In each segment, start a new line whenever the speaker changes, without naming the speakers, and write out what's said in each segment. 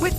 With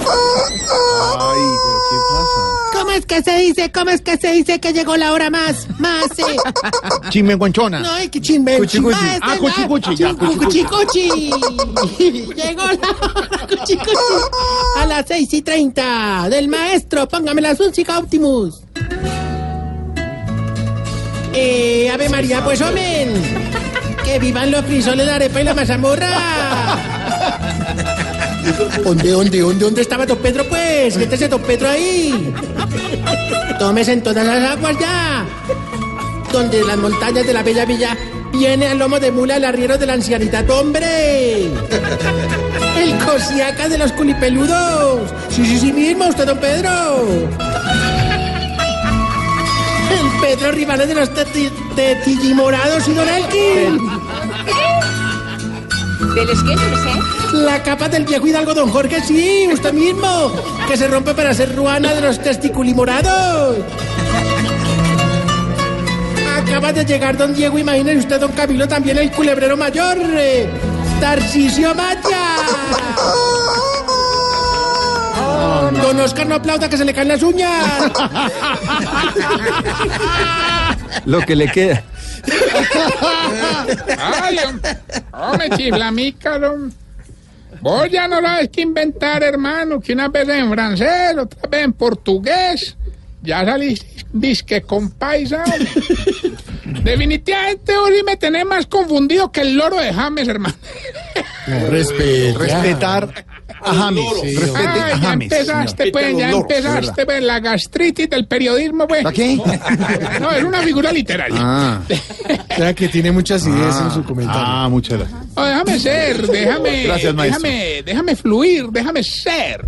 Ay, pero ¿qué pasa?
¿Cómo es que se dice? ¿Cómo es que se dice que llegó la hora más? Más, eh.
Chimenguanchona.
No, ay, que chimbe.
Cuchicuchi.
Más, eh,
Ah,
más.
cuchicuchi, ya,
Chin- ¡Oh, cuchicuchi. Llegó la hora, cuchicuchi. A las seis y treinta del maestro. Póngame la música Optimus. Eh, Ave María, pues omen. Que vivan los frisoles de arepa y la mazamorra. ¿Dónde, dónde, dónde, dónde estaba don Pedro, pues? Métese don Pedro ahí. Tómese en todas las aguas ya. Donde las montañas de la bella villa viene al lomo de mula el arriero de la ancianidad, hombre. El cosiaca de los culipeludos. Sí, sí, sí mismo, usted, don Pedro. El Pedro Rivales de los teti- tetillimorados y don Elkin.
De los que no sé.
La capa del viejo hidalgo don Jorge, sí, usted mismo, que se rompe para ser ruana de los testiculimorados. Acaba de llegar don Diego, imagínese usted don Camilo, también el culebrero mayor, eh, Tarcisio Maya. Don Oscar no aplauda que se le caen las uñas.
Lo que le queda.
Ay, hom- hombre, chiflamica, don. Vos ya no la que inventar, hermano, que una vez en francés, otra vez en portugués. Ya salís disque con paisa, hombre. Definitivamente hoy me tenés más confundido que el loro de James, hermano.
Respetar a James. Respete
Ay,
a
ya
James.
empezaste, pues, ya empezaste, pues, la gastritis del periodismo, pues.
¿Para qué?
No, es una figura literaria.
Ah,
O sea, que tiene muchas ideas en su comentario.
ah, muchas gracias.
Oh, déjame ser, déjame,
Gracias, maestro.
déjame, déjame fluir, déjame ser.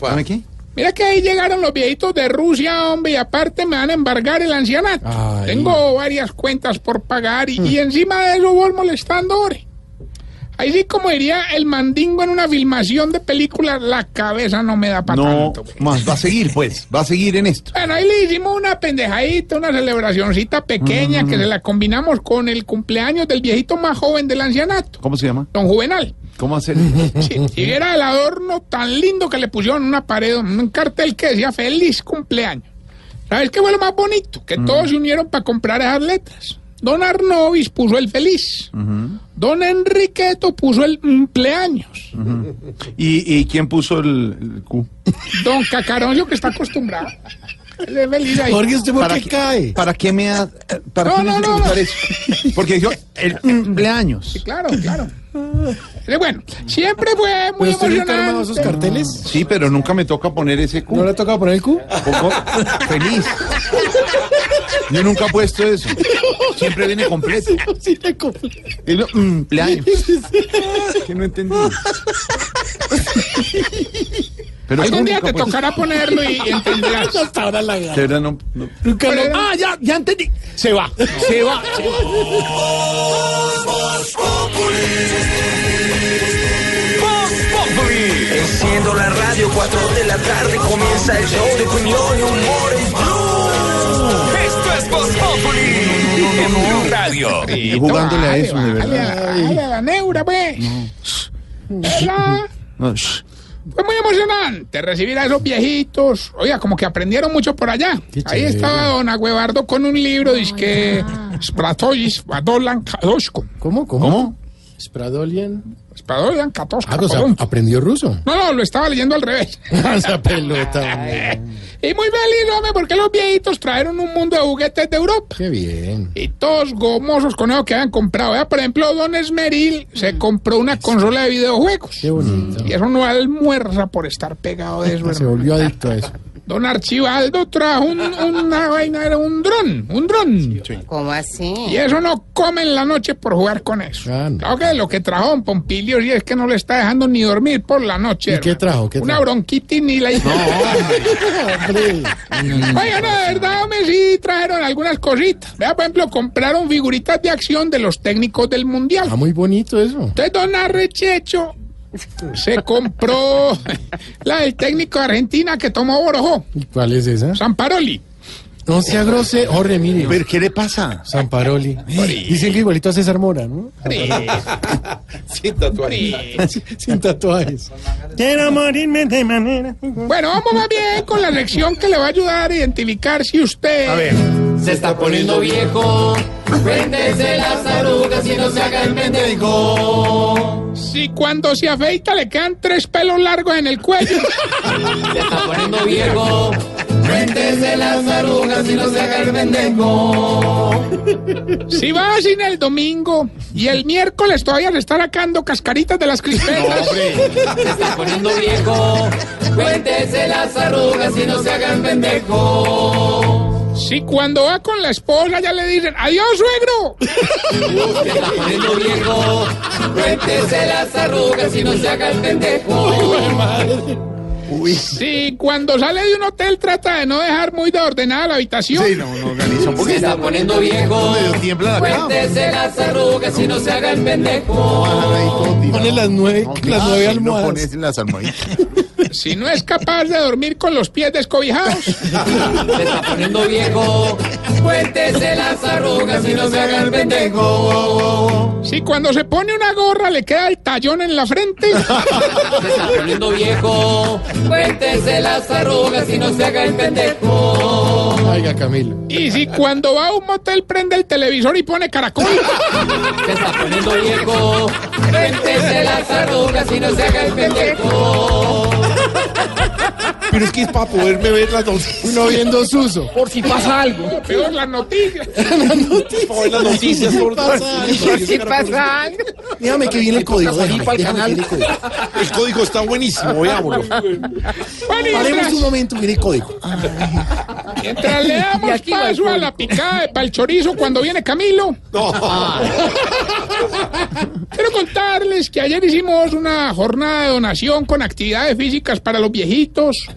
¿Dame qué?
Mira que ahí llegaron los viejitos de Rusia, hombre, y aparte me van a embargar el ancianato.
Ay.
Tengo varias cuentas por pagar y, y encima de eso voy molestando, hombre. Ahí sí, como diría el mandingo en una filmación de película, la cabeza no me da para
No,
tanto. güey.
más va a seguir, pues. Va a seguir en esto.
Bueno, ahí le hicimos una pendejadita, una celebracioncita pequeña que se la combinamos con el cumpleaños del viejito más joven del ancianato,
¿Cómo se llama?
don Juvenal.
¿Cómo hacer?
Si, si viera el adorno tan lindo que le pusieron en una pared, un cartel que decía feliz cumpleaños. ¿Sabes qué fue lo más bonito? Que todos se unieron para comprar esas letras. Don Arnovis puso el feliz. Don Enriqueto puso el cumpleaños.
¿Y, y quién puso el, el Q?
Don Cacaroncio, que está acostumbrado. Él es feliz ahí.
Jorge, ¿usted por
¿Para
qué
qué?
cae?
¿Para qué me ha, para
No,
qué me
no,
hace
no,
contar
no.
eso? Porque yo, el
Sí,
cumpleaños.
claro, claro. Pero bueno, siempre fue muy
¿Pero usted nunca ha armado
emocionante.
esos carteles?
Sí, pero nunca me toca poner ese Q.
¿No le ha tocado poner el Q?
Pongo feliz. Yo nunca he puesto eso. Siempre viene completo.
Sí, le compré.
El mm, cumpleaños.
Que no entendí.
Pero es
Algún día
único,
te
pues.
tocará ponerlo y entenderás.
Hasta ahora la gana.
De verdad, no- no.
Nunca lo- Ah, ya, ya entendí. Se va. Se va.
Enciendo la radio, 4 de la tarde comienza el show de opinión y humor en Blue. Esto es Voz Populi en Blue Radio.
Y jugándole a
Vale,
eso, de
vale,
verdad.
vale, a la neura, pues. ¿Verdad?
No, shh.
Fue muy emocionante recibir a esos viejitos. Oiga, como que aprendieron mucho por allá.
Qué
Ahí
chévere.
estaba don Agüebardo con un libro, dice que Spratois Vadolan Kadoshko.
¿Cómo?
¿Cómo?
Spradolian.
Spradolan Kadoshko.
Ah, o sea,
perdón.
aprendió ruso. Ah,
No, no, lo estaba leyendo al revés.
Esa pelota.
Y muy feliz, hombre, porque los viejitos trajeron un mundo de juguetes de Europa.
Qué bien.
Y todos gomosos con eso que habían comprado. Vea, Por ejemplo, Don Esmeril se compró una consola de videojuegos.
Mm. Qué bonito. Ah,
Y eso no almuerza por estar pegado de eso,
Se
hermano.
volvió adicto a eso.
Don Archibaldo trajo un- una vaina, era un dron, un dron.
¿Cómo así?
Y eso no come en la noche por jugar con eso.
Ah, no.
Claro que lo que trajo don Pompilio y es que no le está dejando ni dormir por la noche.
¿Y qué
hermano.
trajo? ¿Qué
Una
trajo?
bronquitis ni la
Hombre.
Oiga, no, de verdad, hombre, sí trajeron algunas cositas. Vea, por ejemplo, compraron figuritas de acción de los técnicos del Mundial.
Está muy bonito eso.
Entonces, don Arrechecho se compró la del técnico de Argentina que tomó Borojó,
¿Y cuál es esa?
Samparoli.
No sea grosero. Jorge, mire.
Pero, ¿qué le pasa?
Samparoli. Dicen que igualito a César Mora, ¿no? Sin tatuajes. Quiero morirme de manera.
Bueno, vamos más bien con la lección que le va a ayudar a identificar si usted...
A ver,
Se está poniendo viejo. Cuéntese las arrugas y no se haga el pendejo.
Si cuando se afeita le quedan tres pelos largos en el cuello.
Se está poniendo viejo. Cuéntese las arrugas y no se haga el pendejo.
si va a cine el domingo y el miércoles todavía le está sacando cascaritas de las crispetas.
Se está poniendo viejo. Cuéntese las arrugas y no se haga el pendejo.
si cuando va con la esposa ya le dicen, adiós suegro.
Se está poniendo viejo. Cuéntese las arrugas y no se haga el pendejo.
si cuando sale de un hotel trata de no dejar muy desordenada la habitación.
sí, no, no organiza un
Se
poquito.
está poniendo viejo.
Medio tiembla la cama.
Cuéntese las arrugas y no se haga el pendejo.
Bajan ahí todo tirado.
Pone las nueve,
No,
las
sí,
nueve
sí, No
almohadas.
pones las almohaditas.
si no es capaz de dormir con los pies descobijados.
Se está poniendo viejo. Cuéntese las arrugas y no se haga el pendejo.
si cuando se pone una gorra le queda el tallón en la frente.
Se está poniendo viejo. Cuéntese las arrugas y no se haga el pendejo.
Oiga, Camilo.
y si cuando va a un motel prende el televisor y pone caracol.
Se está poniendo viejo. Cuéntese las arrugas y no se haga el pendejo.
Pero es que es para poderme ver las dos.
Uno viendo Suso.
Por si pasa algo. Peor las noticias.
las noticias. Por
Por si pasa algo.
Déjame que viene el código. Déjame, déjame que viene el código.
El código está buenísimo, veámoslo.
Bueno,
Paremos
y
un
mientras,
momento, viene el código. Ah,
mientras le damos paso a la picada de pal chorizo cuando viene Camilo. Quiero contarles que ayer hicimos una jornada de donación con actividades físicas para los viejitos.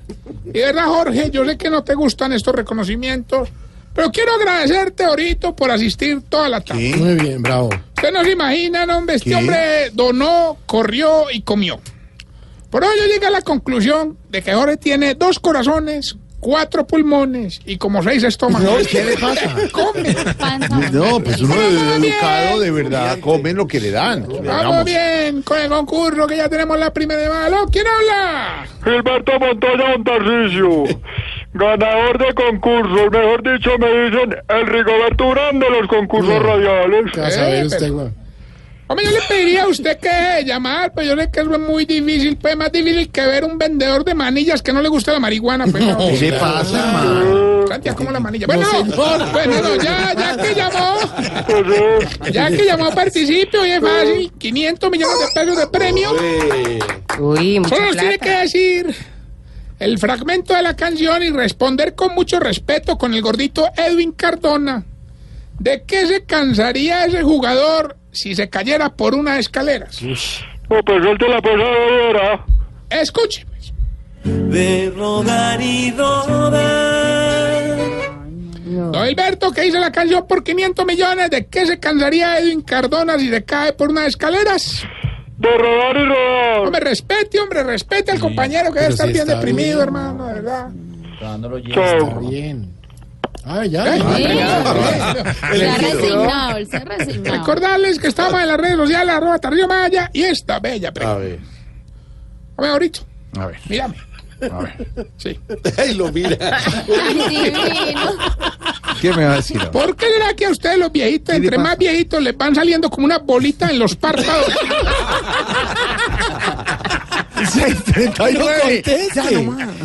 Y de verdad, Jorge, yo sé que no te gustan estos reconocimientos, pero quiero agradecerte, Orito, por asistir toda la tarde.
muy bien, bravo.
Usted no se imagina, hombre, este
¿Qué?
hombre donó, corrió y comió. Por ello llegué a la conclusión de que Jorge tiene dos corazones, cuatro pulmones y como seis estómagos.
Pues,
¿Qué le pasa?
Come.
No, pues uno de
bien.
educado de verdad come lo que le
Ah,
dan.
Vamos bien con el concurso que ya tenemos la primera llamada. ¿Aló? ¿Quién habla?
Gilberto Montoya Montarricio, ganador de concursos, mejor dicho me dicen el Rigoberto Urán de los concursos radiales.
¿Qué va a saber usted, weón?
Hombre, yo le pediría a usted que deje de llamar, pero yo le que eso es muy difícil, pues más difícil que ver un vendedor de manillas que no le gusta la marihuana. Pues, no.
¿Qué le pasa, man?
Santiago, como la manilla. Bueno, bueno, no, ya, ya que llamó.
Pues, eh,
Ya que llamó a participio y es fácil, 500 millones de pesos de premio.
Uy, mucha
Solo nos tiene que
plata.
decir el fragmento de la canción y responder con mucho respeto con el gordito Edwin Cardona. ¿De qué se cansaría ese jugador si se cayera por una escalera?
no, pues suelte la pesadera.
Escuche. pues.
De rodar y rodar.
Don Alberto, que hizo la canción por 500 millones, ¿de qué se cansaría Edwin Cardona si se cae por unas escaleras?
De rodar y rodar.
Hombre, respete, hombre, respete al compañero que
pero
debe estar
sí
bien
está
deprimido,
bien.
hermano, de verdad.
Chao.
Bien. Ah, ya.
Se ha resignado, él se ha resignado.
Recordarles que estamos en las redes sociales, arroba Tarrio Maya y esta bella
A
pregunta.
ver,
Ah.
A ver, ahorita,
a ver,
mírame.
a ver.
Sí.
Ay, lo mira.
Ay, divino.
¿Qué me va a decir? ahora?
¿Por qué será que a ustedes los viejitos,
¿Qué le
entre
pasa?
más viejitos, les van saliendo como una bolita en los párpados?
39.
Conteste.